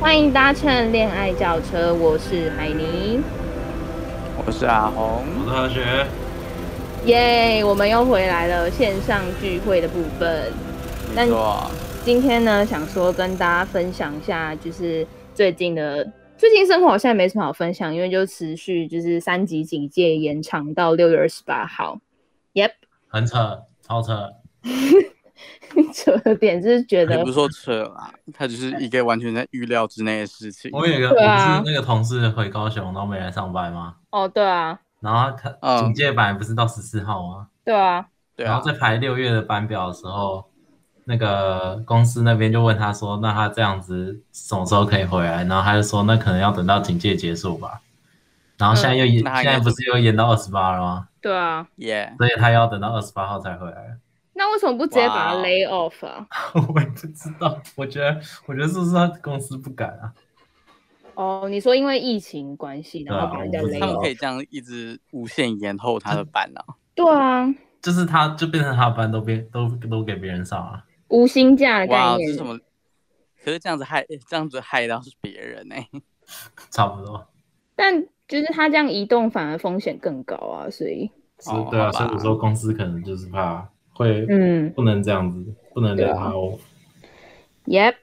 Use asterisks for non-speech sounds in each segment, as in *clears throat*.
欢迎搭乘恋爱轿车，我是海尼。我是阿红，我是何学，耶、我们又回来了线上聚会的部分。那没你错，今天呢，想说跟大家分享一下，就是最近的最近生活，好像也没什么好分享，因为就持续就是三级警戒延长到六月二十八号。Yep， *laughs* 很扯，超扯。扯点就是觉也得不是说扯啦，它只是一个完全在预料之内的事情。我有一个，对啊我不是那个同事回高雄，然后没来上班吗？哦，对啊，然后他他嗯警戒版不是到十四号吗？对啊，对然啊后，在排六月的班表的时候，那个公司那边就问他说：“那他这样子什么时候可以回来？”然后他就说：“那可能要等到警戒结束吧。”然后现在又延，嗯嗯那他应现该在不是又延到二十八了吗？对啊。耶，所以他要等到二十八号才回来。 *laughs* 那为什么不直接把它哇哦 lay off 啊？我也不知道，我觉得，我觉得是不是他公司不敢啊？哦，你说因为疫情关系，然后对啊把人家我不知 lay 他道们 off？可以这样一直无限延后他的班啊。对啊，就是他就变成他的班都变都都给别人上啊。无薪假的嗯概哇，这念是什。么？可是这样子害，这样子害到是别人哎、差不多。但就是他这样移动反而风险更高啊，所以是哦对啊，好吧所以我说公司可能就是怕会嗯不能这样子，不能对让啊他哦。 ，Yep，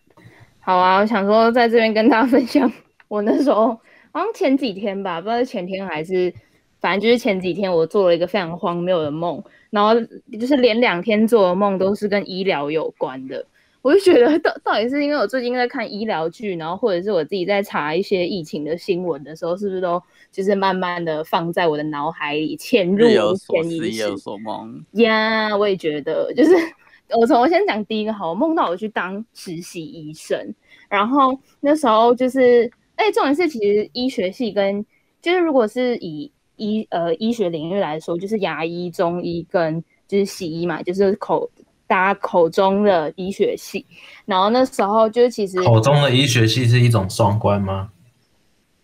好啊，我想说在这边跟大家分享，我那时候好像前几天吧，不知道是前天还是，反正就是前几天我做了一个非常荒谬的梦，然后就是连两天做的梦都是跟医疗有关的。 *laughs* 我就觉得到到底是因为我最近在看医疗剧，然后或者是我自己在查一些疫情的新闻的时候，是不是都就是慢慢的放在我的脑海里潜入日我有的所潜思，意夜识？有所梦。呀我也觉得，就是 *laughs* 我从我先讲第一个好，我梦到我去当实习医生，然后那时候就是，哎，重点是其实医学系跟就是如果是以医呃医学领域来说，就是牙医、中医跟就是西医嘛，就是口大家口中的医学系，然后那时候就是其实口中的医学系是一种双关吗？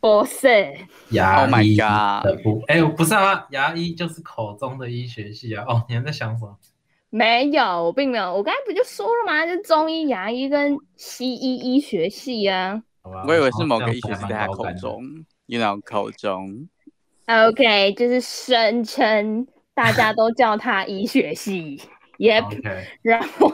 不是牙 Oh my 医 god 的不，哎、不是啊，牙医就是口中的医学系啊。哦，你还在想什么？没有，我并没有，我刚才不就说了吗？就是中医、牙医跟西医医学系啊。好吧我以为是某个医这学样是子还在他蛮高口干的中，you know 口中。 OK，就是声称大家都叫他医学系，Yep。 OK，然后，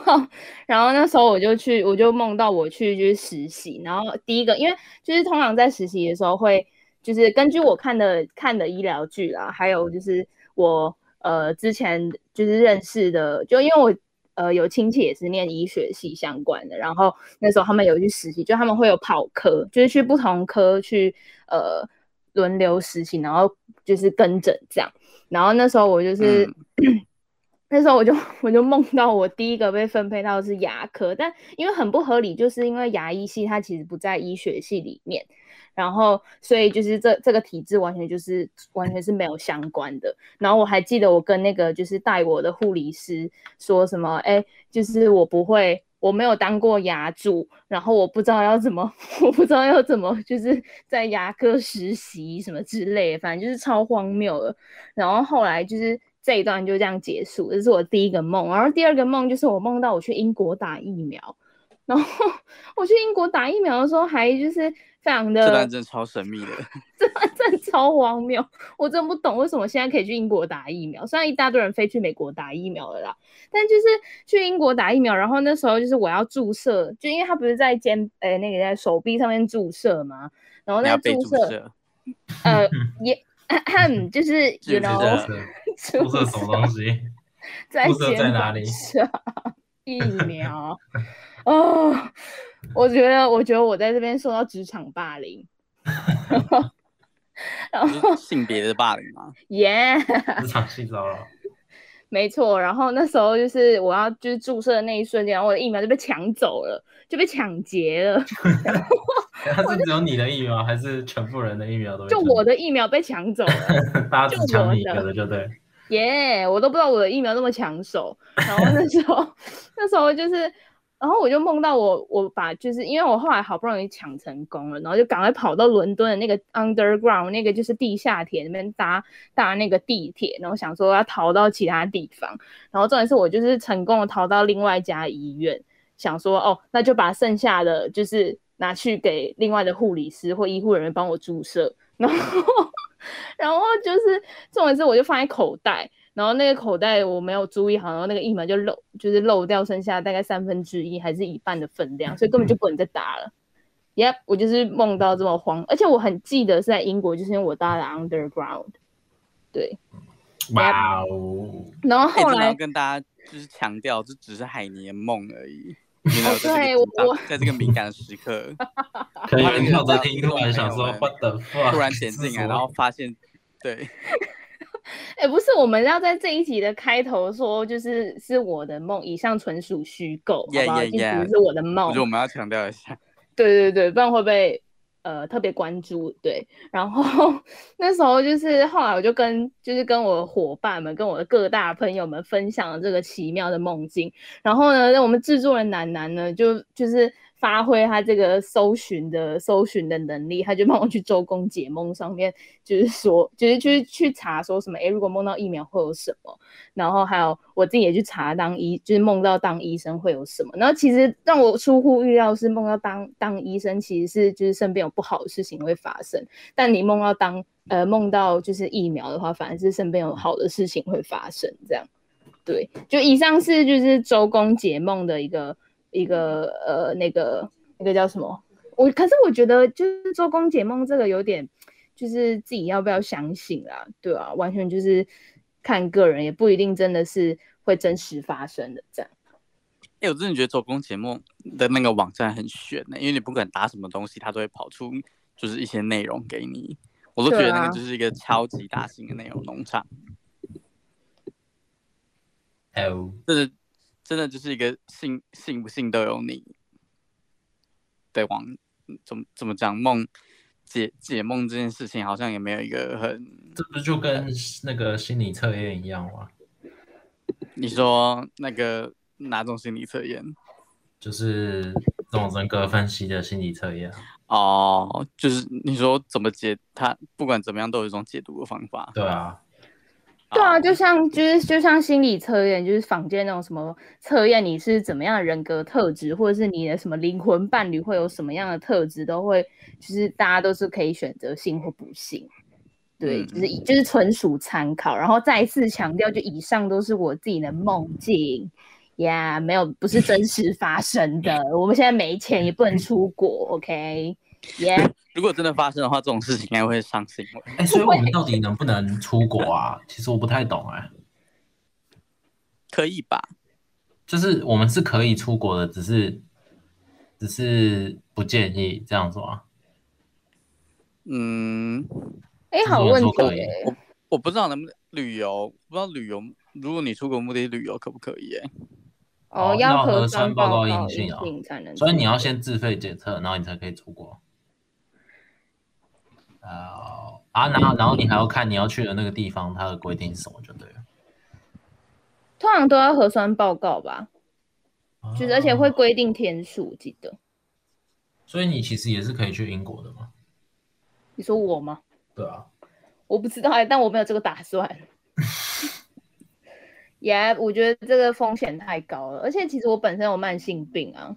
然后那时候我就去，我就梦到我去就是实习。然后第一个，因为就是通常在实习的时候会，就是根据我看的看的医疗剧啦，还有就是我呃之前就是认识的，就因为我呃有亲戚也是念医学系相关的，然后那时候他们有去实习，就他们会有跑科，就是去不同科去呃轮流实习，然后就是跟诊这样。然后那时候我就是。 *clears throat* 那时候我就我就梦到我第一个被分配到的是牙科，但因为很不合理，就是因为牙医系它其实不在医学系里面，然后所以就是这这个体制完全就是完全是没有相关的。然后我还记得我跟那个就是带我的护理师说什么，哎，就是我不会，我没有当过牙助，然后我不知道要怎么， *laughs* 我不知道要怎么就是在牙科实习什么之类的，反正就是超荒谬的。然后后来就是这一段就这样结束，这是我第一个梦。然后第二个梦就是我梦到我去英国打疫苗，然后 *laughs* 我去英国打疫苗的时候还就是非常的这段真的超神秘的，这真的超荒谬，我真不懂为什么现在可以去英国打疫苗，虽然一大堆人飞去美国打疫苗了啦，但就是去英国打疫苗，然后那时候就是我要注射，就因为他不是在肩诶、那个在手臂上面注射嘛，然后你那要个被注射 *laughs* 射， *laughs* 呃也就是 *laughs* 注 you 射 know *laughs* 注射什么东 *laughs* 西？在注射肩在哪膀里上 *laughs* 疫苗哦，我觉得我觉得我在这边受到职场霸凌，然后就是性别的霸凌吗？耶。职场性骚扰。没错，然后那时候就是我要就是注射的那一瞬间，然后我的疫苗就被抢走了，就被抢劫了。哎他是只有你的疫苗，还是全部人的疫苗都被就抢我的疫苗被抢走了， *laughs* 大家就只抢你一我的个的，就对。耶我都不知道我的疫苗那么抢手。然后那时候，那时候就是，然后我就梦到我，我把就是因为我后来好不容易抢成功了，然后就赶快跑到伦敦的那个 underground 那个就是地下铁那边搭搭那个地铁，然后想说要逃到其他地方。然后重点是我就是成功的逃到另外一家医院，想说哦，那就把剩下的就是拿去给另外的护理师或医护人员帮我注射，然后 *laughs* 然后就是重点是我就放在口袋，然后那个口袋我没有注意好，然后那个疫苗就漏，就是漏掉剩下大概三分之一还是一半的分量，所以根嗯本就不能再打了。Yep，我就是梦到这么荒，而且我很记得是在英国，就是因为我搭了 Underground，对，哇哦，然后哎后真的来要跟大家就是强调，这只是海绵梦 *laughs* 而已。你没有在这对个紧张我在这个敏感的时 *laughs* 刻，可以很好的听，突然想说 what the fuck，突然点进 *laughs* 来，然后发现，对，哎、不是，我们要在这一集的开头说，就是是我的梦，以上纯属虚构 Yeah, 好不好 yeah, 这 yeah. 不是我的我梦觉得。我们要强调一下，对对对，不然会被呃特别关注。对，然后 *laughs* 那时候就是后来我就跟就是跟我的伙伴们、跟我的各大朋友们分享了这个奇妙的梦境。然后呢，我们制作人楠楠呢，就就是发挥他这个搜寻的搜寻的能力，他就帮我去周公解梦上面，就是说，就是去去查说什么，诶，如果梦到疫苗会有什么，然后还有我自己也去查当医，就是梦到当医生会有什么。然后其实让我出乎预料是梦到当当医生，其实是就是身边有不好的事情会发生，但你梦到当呃梦到就是疫苗的话，反而是身边有好的事情会发生这样。对，就以上是就是周公解梦的一个一个呃那个那个叫什么？我可是我觉得就是周公解梦这个有点就是自己要不要相信啦，对啊，完全就是看个人，也不一定真的是会真实发生的这样。哎、我真的觉得周公节目的那个网站很炫呢、因为你不管打什么东西，它都会跑出就是一些内容给你，我都觉对得那啊个就是一个超级大型的内容农场，哦，真的真的就是一个信信不信都有你的网，怎么怎么讲梦解解梦这件事情，好像也没有一个很，这不就跟那个心理测验一样吗？你说那个哪种心理测验？就是这种人格分析的心理测验啊，哦，就是你说怎么解它，不管怎么样都有一种解读的方法。对啊，对啊，哦就像就是就像心理测验，就是坊间那种什么测验你是怎么样的人格特质，或者是你的什么灵魂伴侣会有什么样的特质，都会就是大家都是可以选择信或不信。对，嗯就是以就是纯属参考，然后再一次强调，就以上都是我自己的梦境呀没有不是真实发生 *laughs* 的。我们现在没钱，也不能出国，OK？耶、如果真的发生的话，这种事情应该会上新闻。哎、所以我们到底能不能出国 *laughs* 啊？其实我不太懂哎、可以吧？就是我们是可以出国的，只是只是不建议这样做啊。嗯，哎、就是好我问说题可以耶、我不知道能不能旅游，不知道旅游，如果你出国目的地旅游可不可以、欸？哦，哦要核核酸酸报告告阴阴性哦才能出国，所以你要先自费检测，然后你才可以出国。呃啊，然后然后你还要看你要去的那个地方它的规定是什么就对了。通常都要核酸报告吧，就是而且会哦，规定天数，我记得。所以你其实也是可以去英国的嘛？你说我吗？对啊，我不知道哎、但我没有这个打算。 *laughs* 也、我觉得这个风险太高了，而且其实我本身有慢性病啊，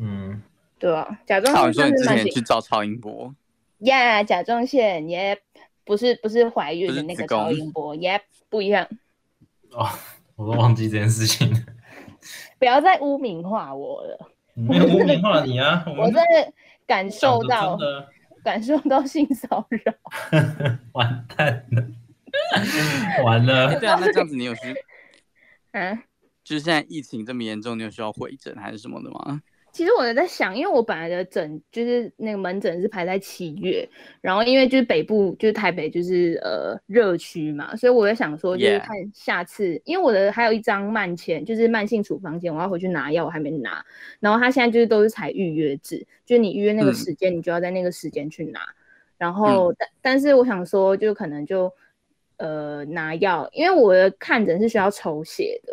嗯，对啊，甲状好，你说腺你就之是慢前性去照超音波， y e 甲状腺也、不是不是怀孕不的是那子个超宫音波也、不一样，哦，我都忘记这件事情了。不要再污名化我了， *laughs* 没有污名化你啊，嗯我我们真的感受到讲得感受到性骚扰。真的完蛋了，完 *laughs* 哎了。对啊，那这样子你有需，嗯，就是现在疫情这么严重，你有需要回诊还是什么的吗？其实我有在想，因为我本来的诊就是那个门诊是排在七月，然后因为就是北部就是台北就是呃热区嘛，所以我在想说就是 Yeah. 看下次因为我的还有一张慢签，就是慢性处方签，我要回去拿药，我还没拿。然后他现在就是都是采预约制，就是你预约那个嗯时间，你就要在那个时间去拿。然后，但但是我想说，就可能就呃拿药，因为我的看诊是需要抽血的，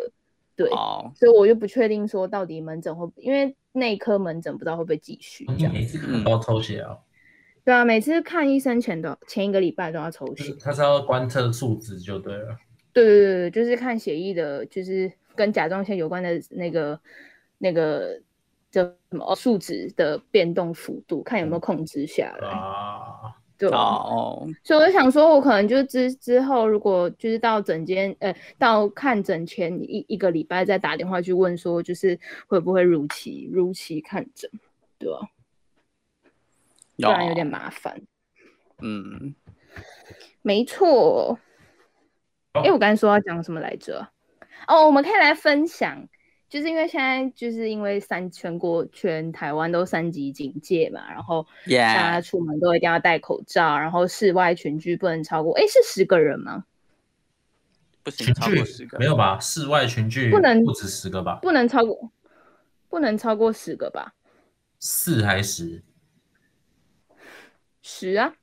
对，哦，所以我就不确定说到底门诊会，因为内科门诊不知道会不会继续这 *laughs* 你样。每次看都要抽血啊？对啊，每次看医生前都前一个礼拜都要抽就是血。他是要观测数值就对了。对对对对，就是看血液的，就是跟甲状腺有关的那个那个就什么哦数值的变动幅度，看有没有控制下来。啊，对，哦，所以我就想说，我可能就之之后，如果就是到整间呃到看诊前一一个礼拜再打电话去问说，就是会不会如期如期看诊，对吧、不有然有点麻烦。嗯，没错。好哦哎、我刚才说要讲什么来着？哦，我们可以来分享，就是因为现在就是因为三全国全台湾都三级警戒嘛，然后耶、大家出门都一定要戴口罩，然后室外群聚不能超过，哎、是十个人吗？不行群，超聚过十个没有吧？室外群聚不能不止十个吧？不能超过，不能超过十个吧？四还十？十啊，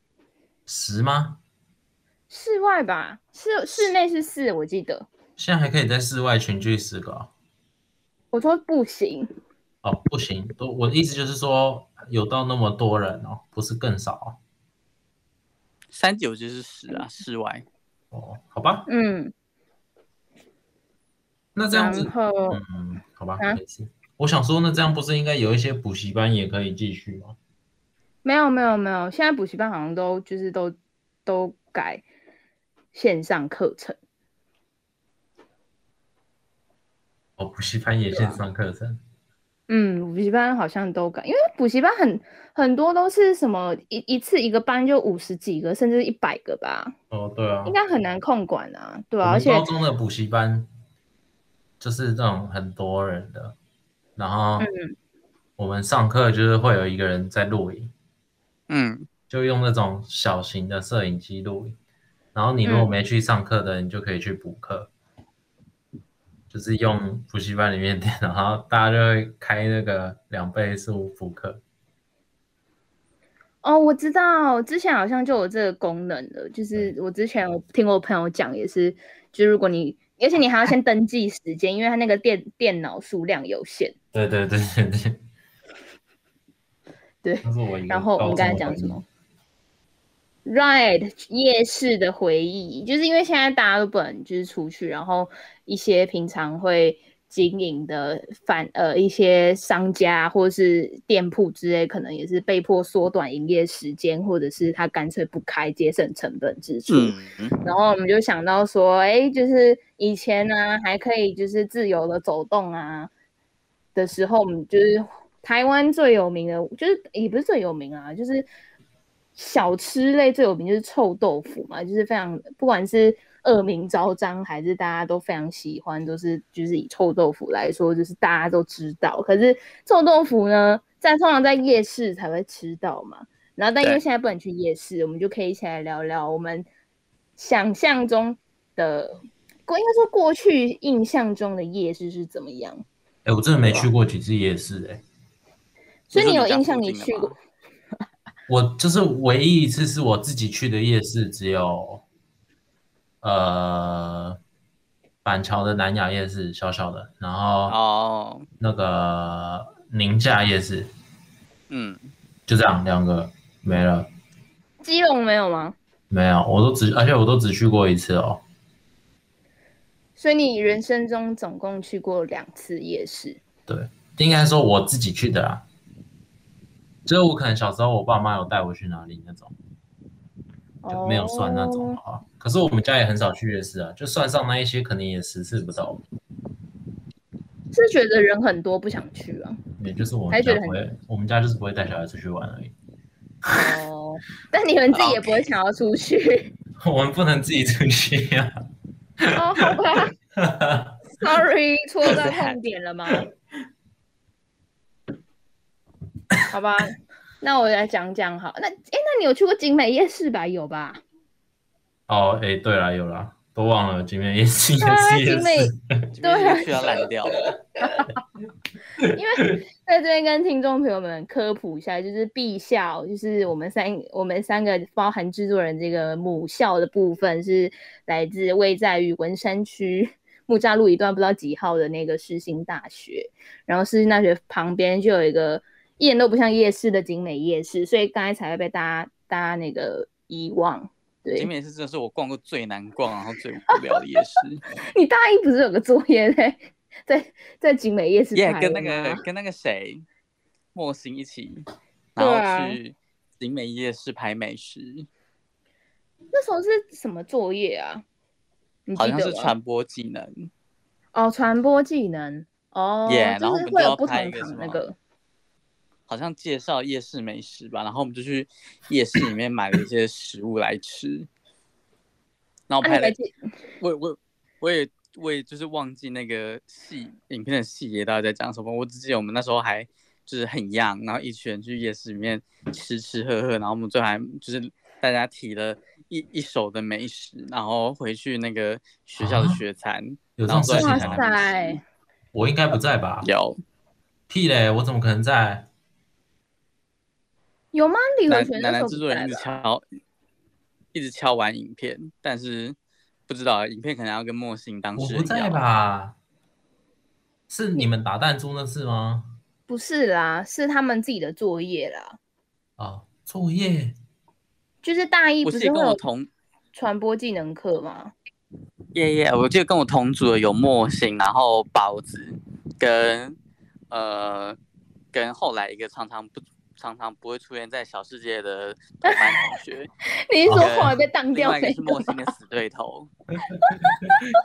十吗？室外吧，室室内是四，我记得。现在还可以在室外群聚十个哦？我说不行，哦，不行，都我的意思就是说，有到那么多人哦，不是更少三九就是十啊，室外哦？哦，好吧，嗯，那这样然子，后嗯，好吧，啊没事。我想说，那这样不是应该有一些补习班也可以继续吗？没有没有没有，现在补习班好像都就是都都改线上课程，哦，补习班也线啊上课程，嗯，补习班好像都改，因为补习班很很多都是什么一一次一个班就五十几个，甚至一百个吧，哦，对啊应，该很难控管啊，对我啊，而们且高中的补习班就是那种很多人的，然后嗯我们上课就是会有一个人在录影，嗯，就用那种小型的摄影机录影，然后你如果嗯没去上课的，你就可以去补课，就是用补习班里面的电脑，然后大家就会开那个两倍速补课，哦，我知道，之前好像就有这个功能了，就是我之前有听我朋友讲，也是，就如果你，而且你还要先登记时间，因为它那个电电脑数量有限。对对对对对， *laughs* 对，那是我一个然后我们高中刚才的讲回忆什么？Right，夜市的回忆，就是因为现在大家都不能就是出去，然后一些平常会经营的反呃一些商家或是店铺之类，可能也是被迫缩短营业时间，或者是他干脆不开，节省成本支出。嗯，然后我们就想到说，哎，就是以前呢、还可以就是自由的走动啊的时候，我们就是台湾最有名的，就是也不是最有名啊，就是小吃类最有名就是臭豆腐嘛，就是非常不管是恶名昭彰还是大家都非常喜欢，都是就是以臭豆腐来说，就是大家都知道。可是臭豆腐呢，在通常在夜市才会吃到嘛。然后，但因为对现在不能去夜市，我们就可以一起来聊聊我们想象中的过，应该说过去印象中的夜市是怎么样。哎、我真的没去过几次夜市、哎，所以你你说有你家印象附你近的去吗过？我就是唯一一次是我自己去的夜市，只有呃板桥的南雅夜市，小小的，然后哦，那个宁夏夜市，嗯，就这样两个没了，基隆没有吗？没有，我都只而且我都只去过一次哦，所以你人生中总共去过两次夜市。对，应该说我自己去的啦，就是我可能小时候我爸妈有带我去哪里那种。就没有算那种的哦。话。可是我们家也很少去夜市啊，就算上那一些，可能也十次不到。是觉得人很多不想去啊。也就是我还们觉家得很不会，我们家就是不会带小孩出去玩而已。 *laughs* 哦， *laughs* 但你们自己也不会想要出去我们不能自己出去啊呀、 *laughs* 哦，好吧啊。 ，sorry，戳到痛点了吗？好吧，那我来讲讲好。那哎，那你有去过景美夜市吧？有吧？哦，哎、对了，有了，都忘了，景美夜市也啊是夜景美市。这对啊边去要烂掉了，因为在这边跟听众朋友们科普一下，就是毕校，就是我们三我们三个包含制作人这个母校的部分，是来自位在于文山区木栅路一段不知道几号的那个世新大学，然后世新大学旁边就有一个一点都不像夜市的景美夜市，所以刚才才会被大家大家那个遗忘。对景，美是真的是我逛过最难逛，然后最无聊的夜市，你大一不是有个作业在在在景美夜市耶、拍跟的那个吗跟那个谁莫欣一起，对然啊后去景美夜市拍美食，那时候是什么作业啊？你好记像得是吗？传播技能，哦，传播技能哦 Yeah，然就后我是们会就有要不拍同一个堂什那么个。好像介绍夜市美食吧，然后我们就去夜市里面买了一些食物 *laughs* 来吃，然后啊，你哦拍了还记？我我我也我也就是忘记那个细影片的细节到底在讲什么，我只记得我们那时候还就是很 young，然后一群人去夜市里面吃吃喝喝，然后我们最后还就是大家提了一一手的美食，然后回去那个学校的啊学餐，有这种事情哇在啊哪？塞！我应该不在吧？有屁嘞，我怎么可能在？有吗？李和奶全奶那时奶候制不啊作在人一直吧？敲，一直敲完影片，但是不知道啊影片可能要跟莫信当啊我事不人在要。吧？是你们打弹珠那次吗？不是啦，是他们自己的作业啦。啊，*laughs* 作业就是大一我不是记得会跟我有同传播技能课吗？ *laughs* 耶耶，我记得跟我同组的有莫信，然后包子跟呃跟后来一个常常不常常不会出现在小世界的同班 *laughs* 同学，你是说对后来 *laughs* 被当哦另掉外一那个是莫个信吗？的死对头。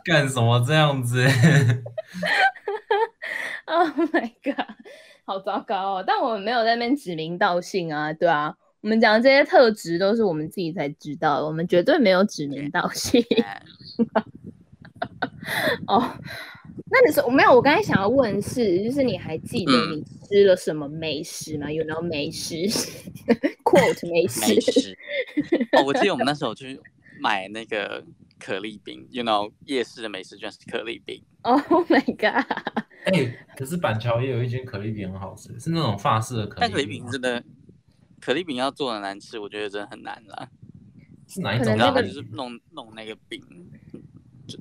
干什么这样子？ *laughs* *laughs* Oh my god，好糟糕哦！但我们没有在那边指名道姓啊，对啊，我们讲的这些特质都是我们自己才知道的，我们绝对没有指名道姓哎哦。那你说没有？我刚才想要问的是，就是你还记得嗯你吃了什么美食吗？有没有美食？quote *laughs* 美美食？食。哦，我记得我们那时候去买那个可丽饼，you know，夜市的美食居然是可丽饼。 Oh my god！哎、可是板桥也有一间可丽饼很好吃，是那种法式的可但可丽丽饼啊饼吗，真的，可丽饼要做的难吃，我觉得真的很难啦。是哪一可种能然那后个它就可丽是饼？弄弄那个饼，就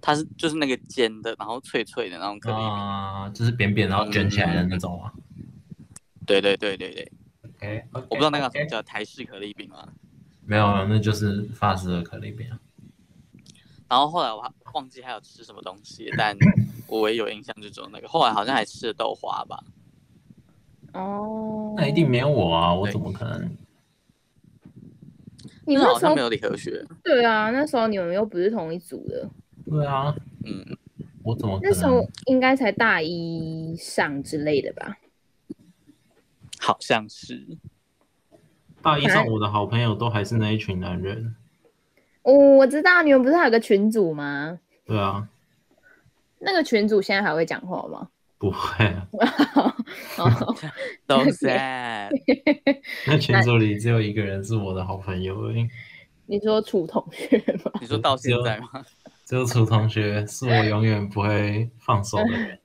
它是就是那个尖的，然后脆脆的那种可丽饼。啊，就是扁扁然后卷起来的 *laughs* 那种啊。对对对对对， OK，我我不知道那个哎什么叫台式可丽饼啊。没有没有，那就是法式的可丽饼啊。然后后来我还忘记还有吃什么东西，但我唯一有印象就只有那个。后来好像还吃了豆花吧。哦，那一定没有我啊，我对怎么可能？你好那时像候没有理科学。对啊，那时候你们又不是同一组的，对啊，嗯，我怎么可那时候能？应该才大一上之类的吧？好像是。大一上我的好朋友都还是那一群男人。哦，我知道你们不是还有个群组吗？对啊，那个群组现在还会讲话吗？ *laughs* 不会啊，哦， *laughs* So sad。 *laughs* 那群组里只有一个人是我的好朋友而已，你说楚同学吗？ *laughs* 你说到现在 *laughs* 吗？只有楚同学是我永远不会放手的人，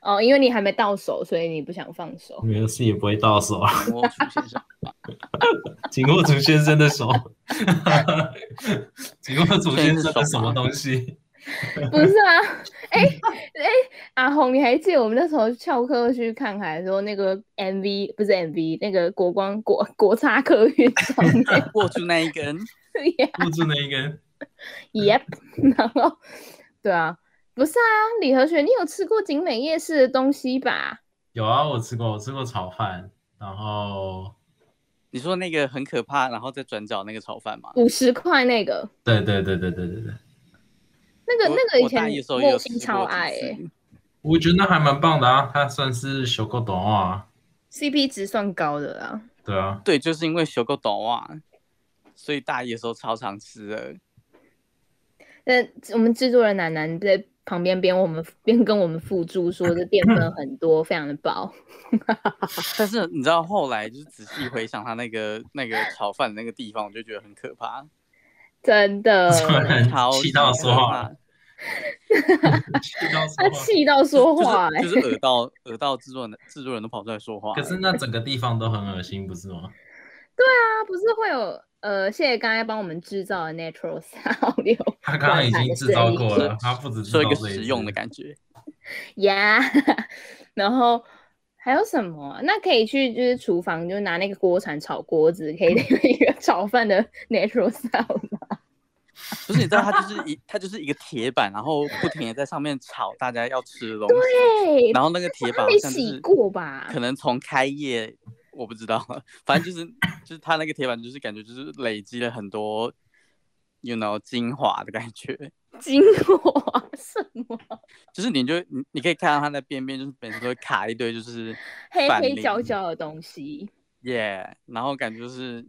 哦，因为你还没到手，所以你不想放手。没有事也不会到手啊，我楚先生，紧握楚先生的手， *laughs* 紧握楚先生这的是什手么吗东西？ *laughs* 不是啊， *laughs* 哎、哎、阿红，你还记得我们那时候翘课去看海的时候，那个 MV 不是 MV，那个国光国国差客运上 *laughs* 面握住那一根。呀握住那一根， Yep，然后对啊，不是啊，李和雪，你有吃过景美夜市的东西吧？有啊，我吃过，我吃过炒饭，然后你说那个很可怕，然后再转角那个炒饭吗？五十块那个，对对对对对对对，那个我那个以我大一前的时候也莫有吃欣过超几爱次哎、我觉得那还蛮棒的啊，它算是修够短啊， c p 值算高的啦。对 *laughs* 啊，对，就是因为学过懂啊，所以大一的时候超常吃的。那我们制作人楠楠在旁边边我们边跟我们附注说，这淀 *laughs* 粉很多，非常的饱。但是你知道后来就是仔细回想他那个那个炒饭的那个地方，我就觉得很可怕，真的，突然超级气到说可话怕了，，气到他说话。气到说话、欸就是就是耳到耳到制作人制作人都跑出来说话。可是那整个地方都很恶心，不是吗？他不是会有呃，谢谢刚才帮我们制造的 natural 三六， *laughs* 他刚刚已经制造过了，他不止制说造一个这一实用的次感觉，呀 *laughs* 然后还有什么啊、那可以去就是厨房，嗯就拿那个锅铲炒锅子，可以那个炒饭的 natural sound 吗不是你知道，它就是一它就是一个铁板，然后不停的在上面炒大家要吃的东西， *laughs* 对，然后那个铁板他好没像就洗是过吧可？能从开业我不知道，反正就是就是它那个铁板就是感觉就是累积了很多，you know 精华的感觉，精华啊什 *laughs* 么？就是你就你你可以看到它的边边就是每次都会卡一堆就是黑板黑栗焦焦的东西，耶然后感觉就是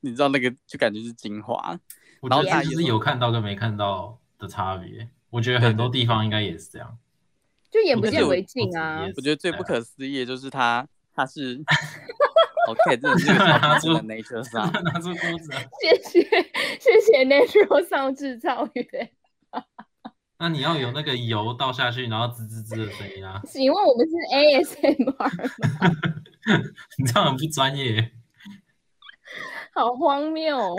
你知道那个就感觉是精华，我然觉后得大这家就是也有看到跟没看到的差别。我觉得很多地方应该也是这样。 *laughs* 就眼我不觉得见我为我净啊直！我觉得最不可思议的就是它它是 *laughs* OK 真的是一个拿超出级的 nature 上。拿出锅子啊，谢谢 *laughs* 谢谢 Natural Sound 制造员，那你要有那个油倒下去，然后滋滋滋的声音啊，请问我们是 ASMR 吗？你这样很不专业。好荒谬 *laughs* 哦！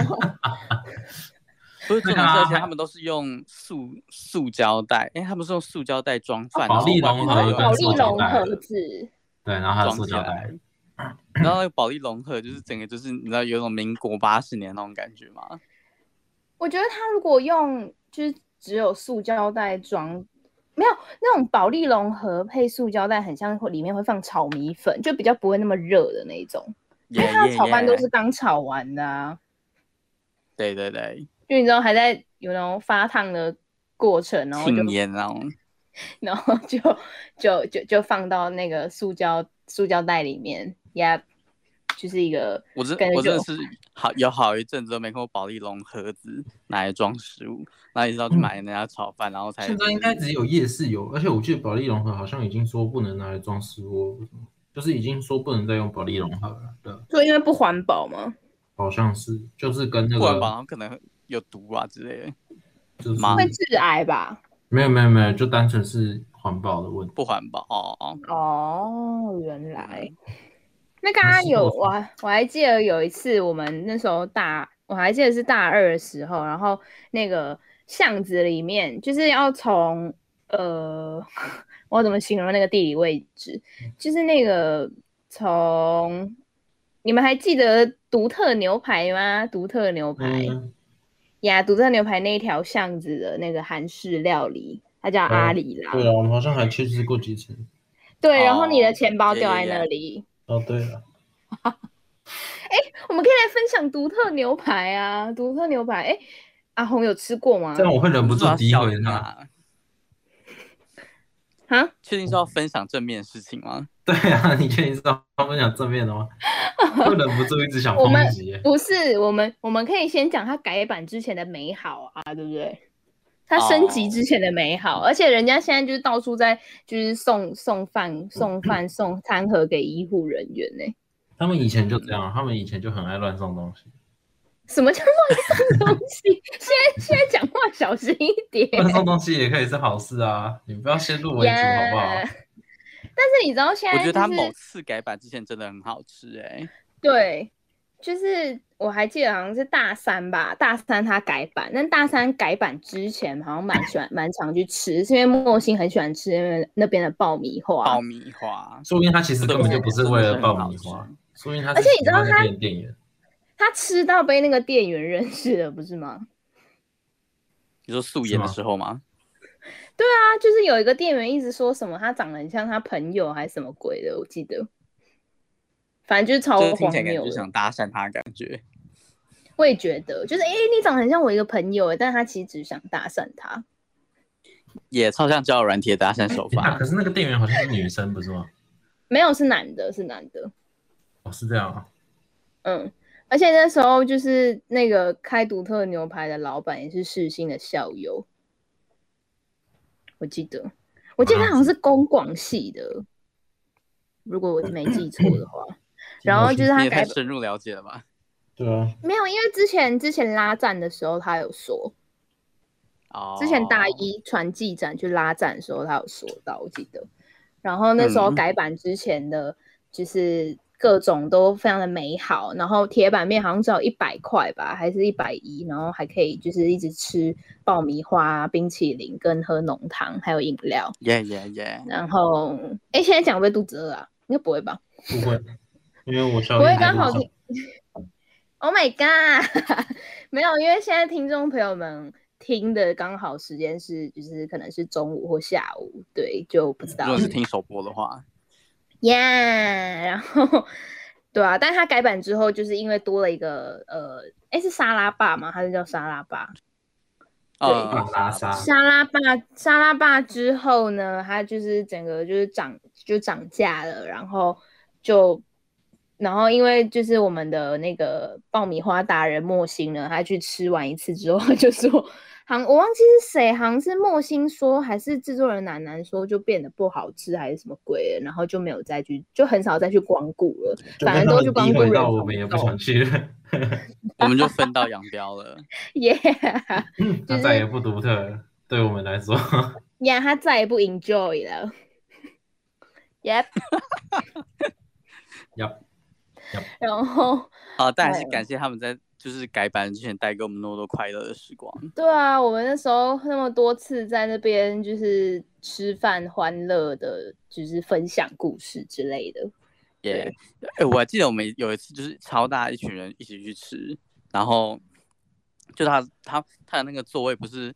不是重对点是，啊而且他们都是用塑塑胶袋，哎、他们是用塑胶袋哦装饭，保利龙盒保跟利塑胶龙袋盒子，对，然后还有塑胶袋， *clears throat* 然后那个保利龙盒就是整个就是你知道有一种民国八十年那种感觉吗？我觉得他如果用就是只有塑胶袋装，没有那种保利龙盒配塑胶袋，很像会里面会放炒米粉，就比较不会那么热的那一种。因也为它的也啊炒饭都也是刚炒完的啊，对对对，因为你知道还在有那种发烫的过程，然后就庆烟那种，然后就就就就放到那个塑胶塑胶袋里面，也就是一个我真感觉我真的就是好有好一阵子都没看过保利龙盒子拿来装食物，然后一直到去买人家炒饭，然后才现在应该只有夜市有，而且我记得保利龙盒好像已经说不能拿来装食物，就是已经说不能再用保利龙盒了。对，啊就因为不环保嘛，嗯好像是，就是跟那不然吧，个然后可能有毒啊之类的，就是妈会致癌吧？没有没有没有，就单纯是环保的问题。不环保哦哦，哦，原来那刚嗯还刚是有有我还我还记得有一次我们那时候大我还记得是大二的时候，然后那个巷子里面就是要从呃我怎么形容那个地理位置，嗯就是那个从你们还记得独特牛排吗？独特牛排。嗯，呀，独特牛排那一条巷子的那个韩式料理，它叫阿哦里啦。对啊，我们好像还去吃过几次。对，然后你的哦钱包耶掉在耶耶那里。哦，对了，我们可以来分享独特牛排啊，独特牛排。哎，阿红有吃过吗这？样我会忍不住是要诋笑毁他。他。啊，确定是要分享正面的事情吗？ *laughs* 对啊，你确定是要分享正面的吗？会忍不住一直想我们抨击耶。不是，我们我们可以先讲它改版之前的美好啊，对不对？它升级哦之前的美好，而且人家现在就是到处在就是送送饭、 *clears throat* 送饭、送餐盒给医护人员呢、他们以前就这样，他们以前就很爱乱送 *laughs* 东西。什么叫乱送东西？ *laughs* 现在现在讲话小心一点。乱送东西也可以是好事啊，你不要先入为主好不好？ Yeah *laughs* 但是你知道现我在、就是、觉得它某次改版之前真的很好吃哎、对，就是我还记得好像是大三吧，大三它改版，但大三改版之前好像蛮喜欢蛮常去吃，是因为莫欣很喜欢吃那边那边的爆米花。爆米花，说不定他其实根本就不是为了爆米真的花很好吃，说不定他而且你知道他他店店员，他吃到被那个店员认识了，不是吗？你说素颜的是吗时候吗？他就是有一个店员一直说什么他长得很像他朋友还是什么鬼的，我记得。反正就是超就是听荒起来感觉谬就的，想搭讪他的感觉。我也觉得，就是哎、诶你长得很像我一个朋友，但他其实只是想搭讪他。也超像交友软体的搭讪手啊法 *laughs* 可，是那个店员好像是女生不是吗？没有，是男的，是男的。哦，是这样啊，嗯，而且那时候就是那个开独特牛排的老板也是世新的校友，我记得，我记得他好像是公广系的，如果我没记错的话。然后就是你他也太改深入了解了吧？对啊，没有，因为之前之前拉战的时候他有说，哦，之前大一传记展去拉展的时候他有说到，我记得。然后那时候嗯改版之前的，就是各种都非常的美好，然后铁板面好像只有一百块吧，还是一百一，然后还可以就是一直吃爆米花、冰淇淋跟喝浓汤，还有饮料。耶耶耶，然后，哎，现在讲会不会肚子饿啊？应该不会吧？不会，因为我不宵夜会还刚是好送听。 *laughs* Oh my god！没 *laughs* 有，因为现在听众朋友们听的刚好时间是，就是可能是中午或下午，对，就不知如道嗯果。是听首播的 *laughs* 话， Yeah，然后对啊，但它改版之后，就是因为多了一个呃，哎是沙拉霸吗？它是叫沙拉霸。呃，拉萨沙拉霸沙拉霸之后呢，它就是整个就是涨就涨价了，然后就然后因为就是我们的那个爆米花达人莫欣呢，他去吃完一次之后就说，好像我忘记是谁，好像是莫欣说还是制作人楠楠说，就变得不好吃还是什么鬼了，然后就没有再去就很少再去光顾了， *laughs* 就反跟正都他们去光诋顾毁人到头我们也不狗想去了，我们就分道扬镳 *laughs* 了。 ，Yeah，他再也不独特了，对我们来说，呀，他再也不 enjoy 了，Yep。要然后，好，啊但还是对感谢他们在就是改版之前带给我们那么多快乐的时光。对啊，我们那时候那么多次在那边就是吃饭、欢乐的，就是分享故事之类的。耶、哎、我还记得我们有一次就是超大一群人一起去吃，然后就他他他的那个座位不是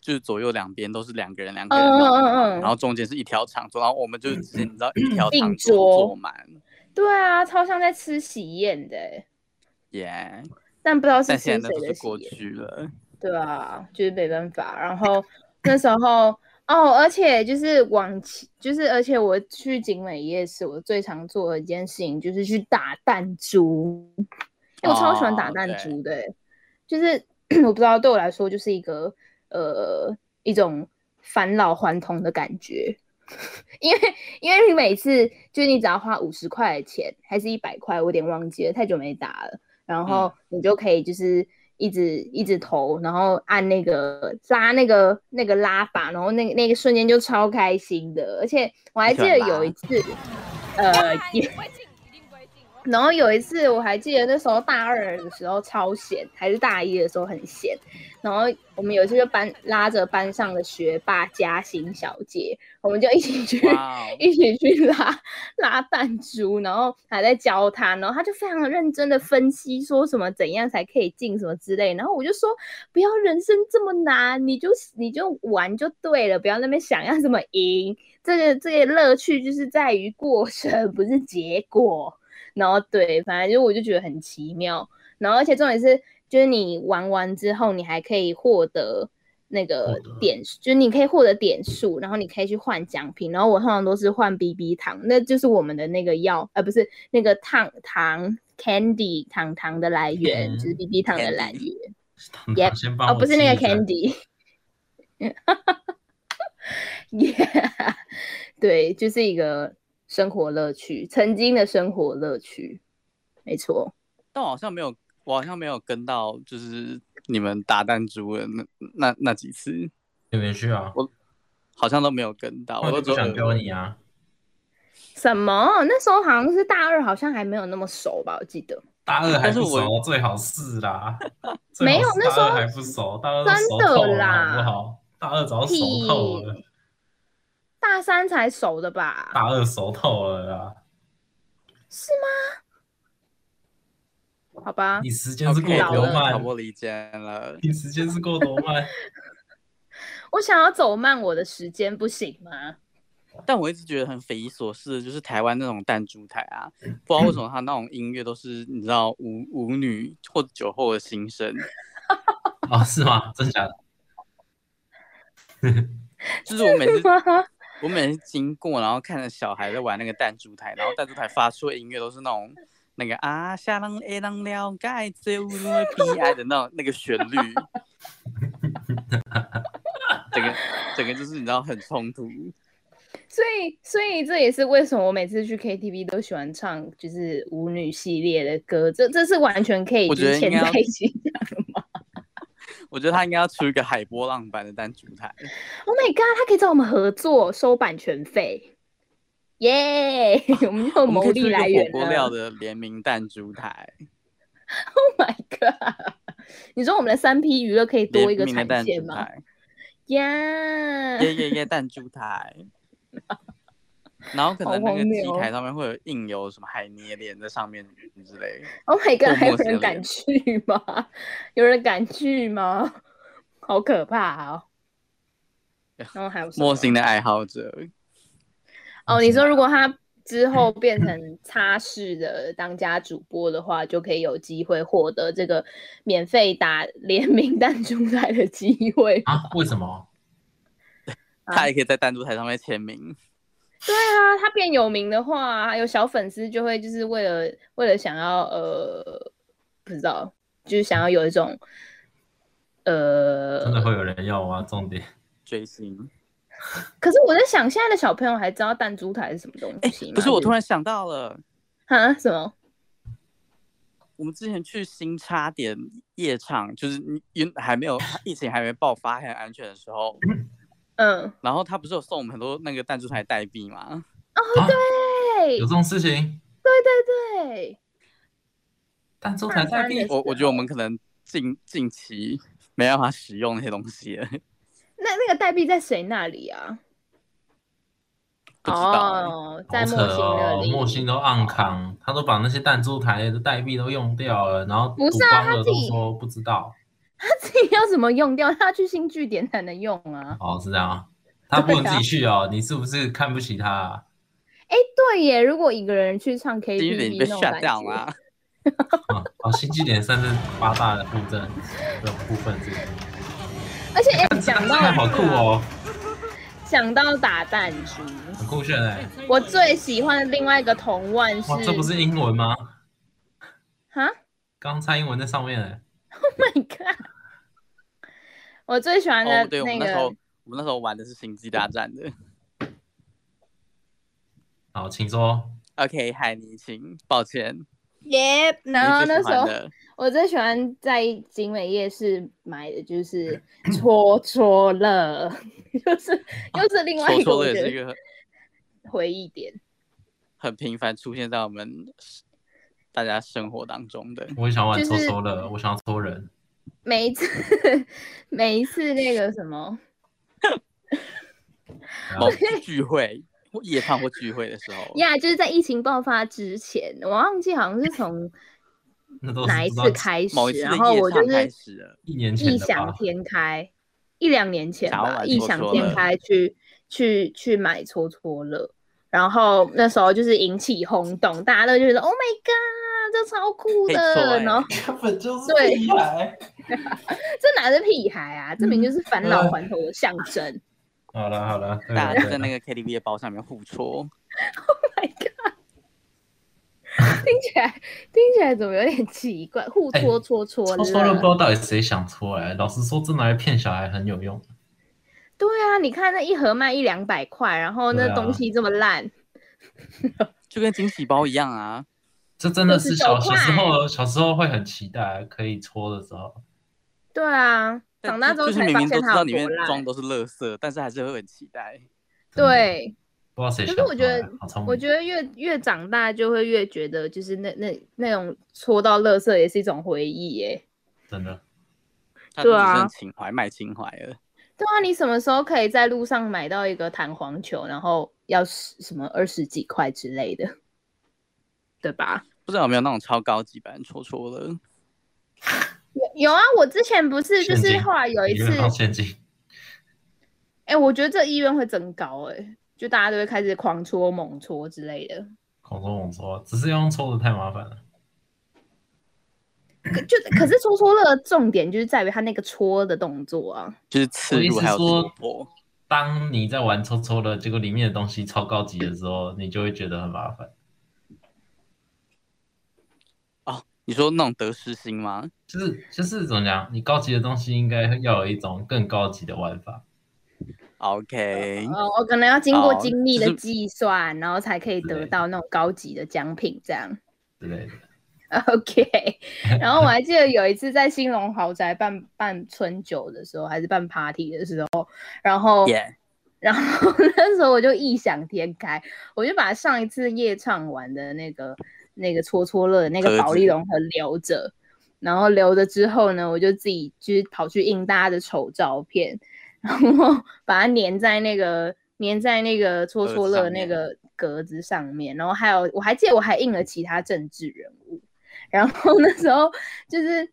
就是左右两边都是两个人两个嗯人嗯嘛，嗯嗯然后中间是一条长桌，然后我们就直接你知道一条硬长桌桌坐满，对啊，超像在吃喜宴的欸，耶、但不知道是但吃谁现在那都的是喜过宴。去 *laughs* 了，对啊，就是没办法。然后那时候。哦，而且就是往期，就是而且我去景美夜市，我最常做的一件事情就是去打弹珠。欸我超喜欢打哦弹对珠的欸、就是 *clears throat* 我不知道对我来说就是一个呃一种返老还童的感觉，因为因为你每次就是你只要花五十块的钱还是一百块，我有点忘记了，太久没打了，然后你就可以就是。一直一直投，然后按那个拉那个那个拉法，然后那个那个瞬间就超开心的，而且我还记得有一次，呃，也不会进，一定不会进。然后有一次我还记得那时候大二的时候超闲，还是大一的时候很闲。然后我们有一次就班拉着班上的学霸嘉欣小姐，我们就一起去哇哦一起去拉拉弹珠，然后还在教她，然后她就非常认真的分析说什么怎样才可以进什么之类，然后我就说不要人生这么难，你就你就玩就对了，不要那边想要怎么赢，这个这个乐趣就是在于过程，不是结果。然后对，反正就我就觉得很奇妙。然后而且重点是，就是你玩完之后，你还可以获得那个获得点数，就是你可以获得点数，然后你可以去换奖品。然后我通常都是换 BB 糖，那就是我们的那个药，呃，不是那个糖糖 candy 糖糖的来源，就是嗯 BB 糖的来 Candy 源。唐唐先帮哦，我不是那个记一下 Candy。yeah，对，就是一个生活乐趣，曾经的生活乐趣，没错。但我好像没有，我好像没有跟到就是你们打弹珠的那那那几次，你们去啊，好像都没有跟到，我我都就只有不想丢哦你啊，什么？那时候好像是大二，好像还没有那么熟吧？我记得 *laughs* 大二还但是不我熟，最好是啦，最 *laughs* 没好有是那时候大二还不熟，大二都真熟的透了啦好不好？大二早就熟透了，大三才熟的吧？大二熟透了啦，好吧你，时间是过 OK，啊老多了挑拨慢，离间了。你时间是过多慢，我想要走慢我的时间，不行吗？ *laughs* 但我一直觉得很匪夷所思的，就是台湾那种弹珠台啊，不知道为什么他那种音乐都是你知道舞舞女或者酒后的心声， *laughs* 哦，是吗？真假的？就是我每次吗我每次经过，然后看着小孩在玩那个弹珠台，然后弹珠台发出的音乐都是那种那个啊下浪 A 浪了盖最乌的 B I 的那种那个旋律，整个整个就是你知道很冲突，所以，所以这也是为什么我每次去 KTV 都喜欢唱就是舞女系列的歌，这这是完全可以我觉得就是应该嵌要在一起的。我觉得他应该要出一个海波浪版的弹珠台。 Oh my god，他可以找我们合作收版权费，耶、我们就有啊我们可牟以出利一个来源火锅料了。的联名弹珠台， Oh my god，你说我们的三 P 娱乐可以 *laughs* 多一联个名的产弹线珠吗？台，呀、 *laughs* 耶耶耶弹珠台，然后可能那好荒个机谬哦台上面会有印有什么海绵脸在上面之类的。 Oh my 默 god，还有默人撕敢裂去吗？有人敢去吗？好可怕哦！然后还有什莫么心的爱好者，哦，你说如果他之后变成擦拭的当家主播的话，就可以有机会获得这个免费打联名弹珠赛的机会。 *laughs* 啊？为什么？啊他也可以在弹珠台上面签名。对啊，他变有名的话，有小粉丝就会就是为了为了想要呃，不知道，就是想要有一种真的呃，会有人要吗？重点追星，可是我在想，现在的小朋友还知道弹珠台是什么东西吗？不是我突然想到了，啊什么？我们之前去新差点夜场，就是你因还没有疫情还没爆发还很安全的时候，嗯，然后他不是有送我们很多那个弹珠台代币吗？啊，对有这种事情？对对，弹珠台代币那我我觉得我们可能近近期没办法使用那些东西了，那那个代币在谁那里啊？不知道欸、哦，好在扯莫欣那哦，里。莫欣都暗扛，他都把那些弹珠台的代币都用掉了，然后不赌是啊光了他自都己说不知道。 *laughs* 他自己要怎么用掉？他去新据点才能用啊。哦，是这样啊，他不能自己去哦，你是不是看不起他啊？哎，对耶，如果一个人去唱金玉玲 KTV 被那种 shut 感 down 啊觉，啦，啊哦，新据点算是八大的附赠的部分是不是。而且哎，讲这到个 *laughs* 好酷哦，讲到打弹珠，很酷炫哎！我最喜欢的另外一个同腕是哇，这不是英文吗？哈刚猜英文在上面哎， ？Oh my god！我最喜欢的哦，对，我们那那时候个我们那时候玩的是星际大战的。好，请说。 OK，海尼请，抱歉，耶，然后你最那喜时欢候的我最喜欢在景美夜市买的就是 *coughs* 戳戳乐， *laughs* 就是又是另外说一个错我了也觉是一得个回忆点。很频繁出现在我们大家生活当中的。我也想玩就抽是抽乐，我想要抽人。每一次 *laughs* 每一次那个什么，某次聚会、或夜唱或聚会的时 *laughs* 候，呀、就是在疫情爆发之前，我忘记好像是从那都是哪一不知次道开某始一，次然的后夜我就唱开是始了，一年前异的想吧？天开，一两年前想要吧，玩异戳想戳天乐开去去去买戳戳乐，然后那时候就是引起轰动，大家都觉得 Oh my God，这超酷可以戳的，欸然后根本就是对屁孩。这哪是屁孩啊，这明明就是返嗯老还童的象征。好了好了，大家就在那个个 KTV 的包上面互戳。 my god！听起来听起来怎么有点奇怪？互哎戳戳戳抽抽乐不知乐。道到底谁想出来。老实说，真拿来骗小孩很有用。对啊，你看那一盒卖一两百块，然后对那啊东西这么烂，就跟惊喜包一样啊！这真的是小49小块时候，小时候会很期待可以搓的时候。对啊，长大之后就是才明发明都现知它道有里面多装烂。都是垃圾，但是还是会很期待。对，不知道谁想可出是来。我觉得好聪明，我觉得越越长大就会越觉得，就是那那那种戳到垃圾也是一种回忆耶。真的它对只啊剩情怀卖情怀了，对啊，你什么时候可以在路上买到一个弹簧球，然后要十什么二十几块之类的，对吧？不知道有没有那种超高级版戳戳乐？有啊，我之前不是就现是金后来有一你次们，放现金，哎、我觉得这意愿会增高、哎，就大家都会开始狂戳、猛戳之类的，恐说猛说，只是用抽的太麻烦了。可就可是戳戳乐的重点就是在于他那个戳的动作啊，就是刺我意入思还有说戳破。当你在玩抽抽的，结果里面的东西超高级的时候，你就会觉得很麻烦。你说那种得失心吗？就是就是怎么讲，你高级的东西应该要有一种更高级的玩法。 OK，哦，我可能要经过好精密就的是计算，然后才可以得对到那种高级的奖品，这样。之类的， OK，然 *laughs* 后我还记得有一次在兴隆豪宅办办春酒的时候，还是办 party 的时候，然后耶！然后 *laughs* 那时候我就异想天开，我就把上一次夜唱完的那个那个戳戳乐的那个盒保子利龙盒留着，然后留着之后呢，我就自己就是跑去印大家的丑照 *laughs* 片，然后把它粘在那个粘在那个戳盒戳子乐上那面个格子上面，然后还有我还记得我还印了其他政治人物， *laughs* 然后那时候就是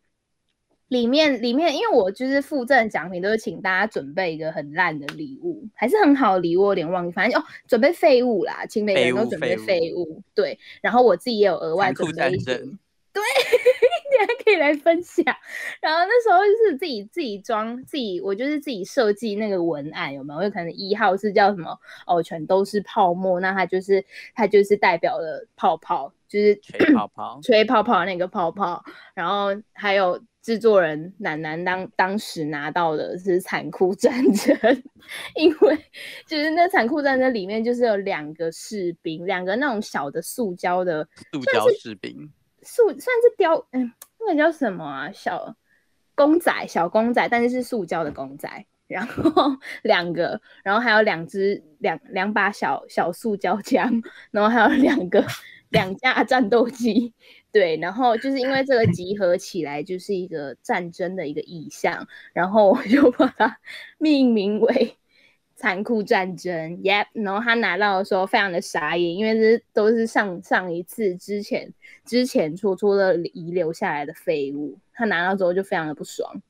里面里面，因为我就是附赠奖品都是请大家准备一个很烂的礼物，还是很好的礼物，我有点忘记，反正哦准备废物啦，请每个人都准备废废物，对，然后我自己也有额外残准酷备战一些。争， *laughs* 你还可以来分享。然后那时候就是自己自己装自己，我就是自己设计那个文案，有没有？有可能一号是叫什么？哦，全都是泡沫，那它就是它就是代表了泡泡，就是，吹泡泡吹泡泡那个泡泡。然后还有制作人楠楠当当时拿到的是残酷战争， *laughs* 因为就是那残酷战争里面就是有两个士兵，两个那种小的塑胶的。塑胶士兵，塑算是雕，嗯，那个叫什么啊？小公仔，小公仔，但是是塑胶的公仔。然后两个，然后还有两只两两把小小塑胶枪，然后还有两个两架战斗机，对，然后就是因为这个集合起来就是一个战争的一个意象，然后我就把它命名为残酷战争，Yep。然后他拿到的时候非常的傻眼，因为这都是上上一次之前之前戳戳的遗留下来的废物，他拿到之后就非常的不爽。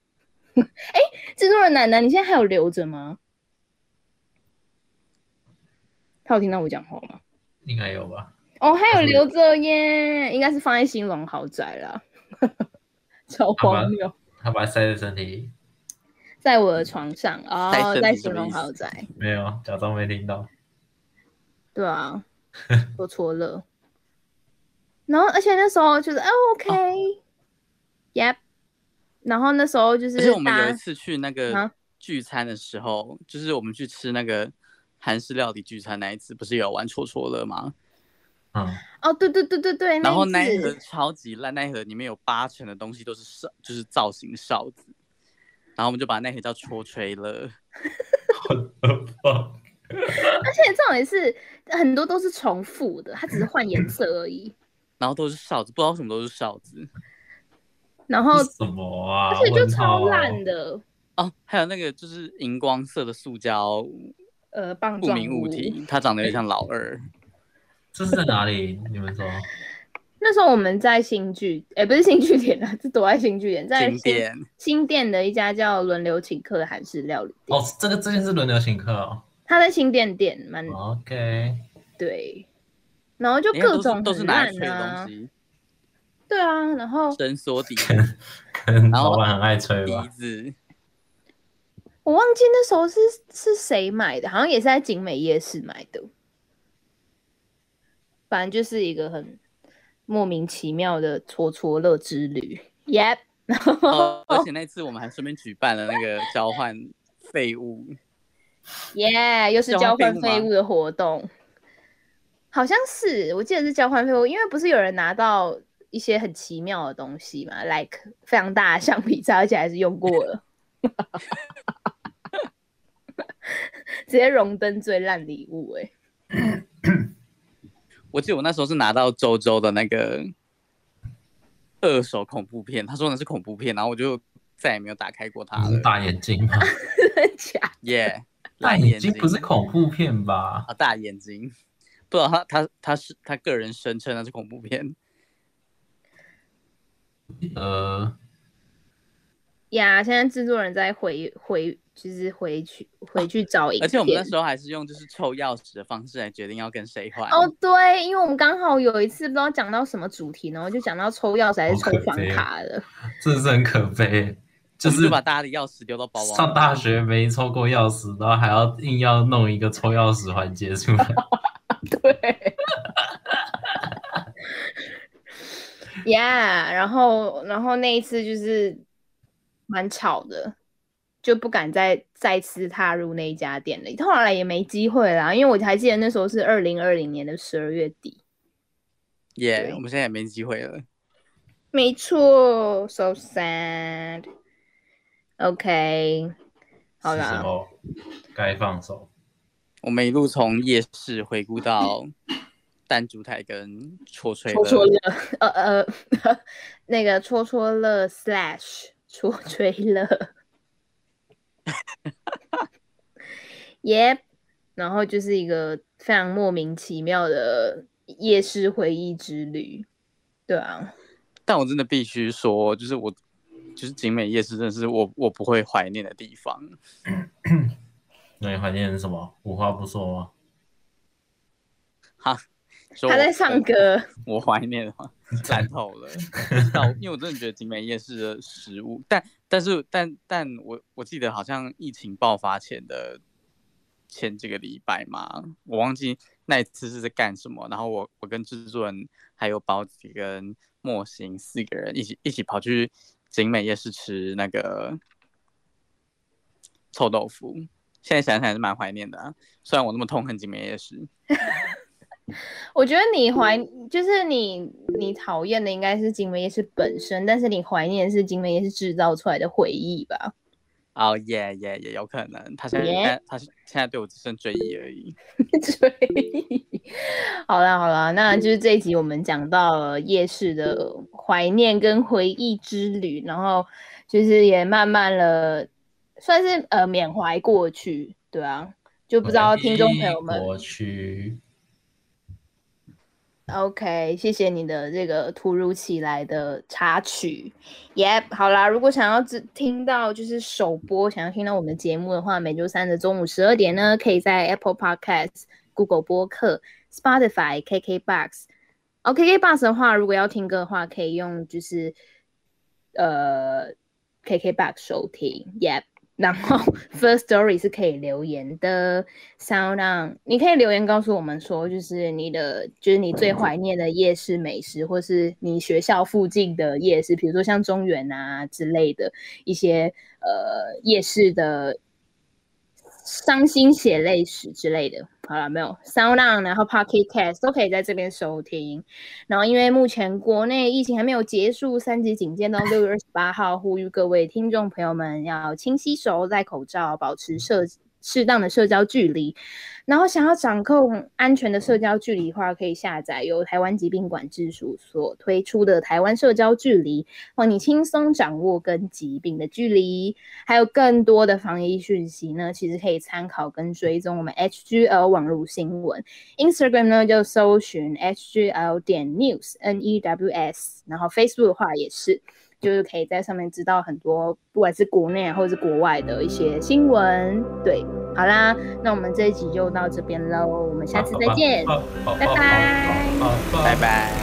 *laughs* 哎、制作人奶奶，你现在还有留着吗？他有听到我讲话吗？应该有吧？哦，还有留着耶，应该是放在兴隆豪宅啦， *laughs* 超好吧荒谬，他把它塞在身体里，在我的床上在哦身，体在什兴么隆意思豪宅，没有，假装没听到。对 *laughs* 啊，我错了。然后，而且那时候就是，哦，OK，Yep，、然后那时候就而且是我们大有一家次去那啊个聚餐的时候，就是我们去吃那个韩式料理聚餐那一次，不是有玩戳戳乐吗？嗯， *laughs* 哦，对对对对对，然后那那一一次盒超级烂，那一盒里面有八成的东西都是哨，就是造型哨子。然后我们就把那盒叫戳吹乐，我的妈！而且重点是很多都是重复的，它只是换颜色而已。然后都是哨子，不知道为什么都是哨子然后，什么啊？哦而且就问号超哦烂。的，哦。还有那个就是荧光色的塑胶呃，棒不状明物物体，它长得有点像老 *laughs* 二。这是在哪里？你们说？那时候我们在新剧，哎、不是新剧点啊，是躲在新剧点，在经典新店的一家叫轮流请客的韩式料理店，哦，这个这个是轮流请客哦。它在新店店蛮哦 OK，对，然后就你看各种哎都是都是很拿来烂吹的啊东，西，对啊，然后伸缩底、可能然后老板很爱吹吧鼻。子，我忘记那时候是是谁买的，好像也是在景美夜市买的。反正就是一个很莫名其妙的戳戳乐之旅。Yep，然后哦，而且那次我们还顺便举办了那个交换废物， Yeah，又是交交换换废物废吗物的活动，好像是我记得是交换废物，因为不是有人拿到一些很奇妙的东西嘛，like 非常大的橡皮擦，而且还是用过了，直接荣登最烂礼物哎、我记得我那时候是拿到周周的那个二手恐怖片，他说那是恐怖片，然后我就再也没有打开过它不是了。嗯大眼睛吗？真的假的？耶，大蓝眼眼睛不是恐怖片吧？啊，大眼睛，不知道他他他是他个人声称那是恐怖片，呃，呀现在制作人在回回，就是回去回去找影片。而且我们那时候还是用就是抽钥匙的方式来决定要跟谁换。哦，对，因为我们刚好有一次不知道讲到什么主题，然后就讲到抽钥匙还是好抽可房悲哦卡了。真的是很可悲，我就们是把大家的钥匙丢到包包。上大学没抽过钥匙，然后还要硬要弄一个抽钥匙环节出来。对。yeah，然后然后那一次就是蛮吵的，就不敢再再次踏入那一家店了。后来也没机会啦，因为我还记得那时候是二零二零年的十二月底。耶、对我们现在也没机会了。没错，so sad。OK，好是时啦，候该放手。我们一路从夜市回顾到弹珠台跟戳吹戳戳乐，乐，呃呃， *laughs* 那个戳戳乐 slash 戳吹乐。Yep，然后就是一个非常莫名其妙的夜市回忆之旅，对啊，但我真的必须说，就是我，就是景美夜市，真的是我我不会怀念的地方。那你怀念是什么？无话不说吗？哈，说他我在唱，歌， *laughs* 我怀念吗？烂透了。但我因为我真的觉得景美夜市的食物，但但是但但我我记得好像疫情爆发前的前几个礼拜嘛，我忘记那一次是在干什么。然后我我跟制作人还有宝子跟莫行四个人一起一起跑去景美夜市吃那个臭豆腐。现在想想还是蛮怀念的、啊，虽然我那么痛恨景美夜市。我觉得你怀就是你你讨厌的应该是景美夜市本身，但是你怀念的是景美夜市制造出来的回忆吧？哦耶耶也有可能，他现在 Yeah 他是现在对我只剩追忆而已。 *laughs* 追忆。好啦好啦，那就是这一集我们讲到了夜市的怀念跟回忆之旅，然后就是也慢慢了，算是呃缅怀过去，对啊，就不知道哦听众朋友们我去， OK，谢谢你的这个突如其来的插曲。Yep，好啦，如果想要知听到就是首播，想要听到我们的节目的话，每周三的中午十二点呢，可以在 Apple Podcast、Google 播客、Spotify、KKBox。哦，KKBox 的话，如果要听歌的话，可以用就是呃 KKBox 收听。Yep。然后 *laughs* First Story 是可以留言的，Sound On，你可以留言告诉我们说，就是你的，就是你最怀念的夜市美食，或是你学校附近的夜市，比如说像中原啊之类的一些呃夜市的伤心血泪史之类的。好了，没有 Sound On，然后 Pocket Cast 都可以在这边收听。然后，因为目前国内疫情还没有结束，三级警戒到六月二十八号，呼吁各位听众朋友们要勤洗手、戴口罩、保持社适当的社交距离。然后，想要掌控安全的社交距离的话，可以下载由台湾疾病管制署所推出的台湾社交距离，帮哦你轻松掌握跟疾病的距离。还有更多的防疫讯息呢，其实可以参考跟追踪我们 HGL 网络新闻。Instagram 呢就搜寻 HGL 点 News N E W S，然后 Facebook 的话也是，就是可以在上面知道很多不管是国内啊或是国外的一些新闻。对，好啦，那我们这一集就到这边喽，我们下次再见，好拜拜。拜拜。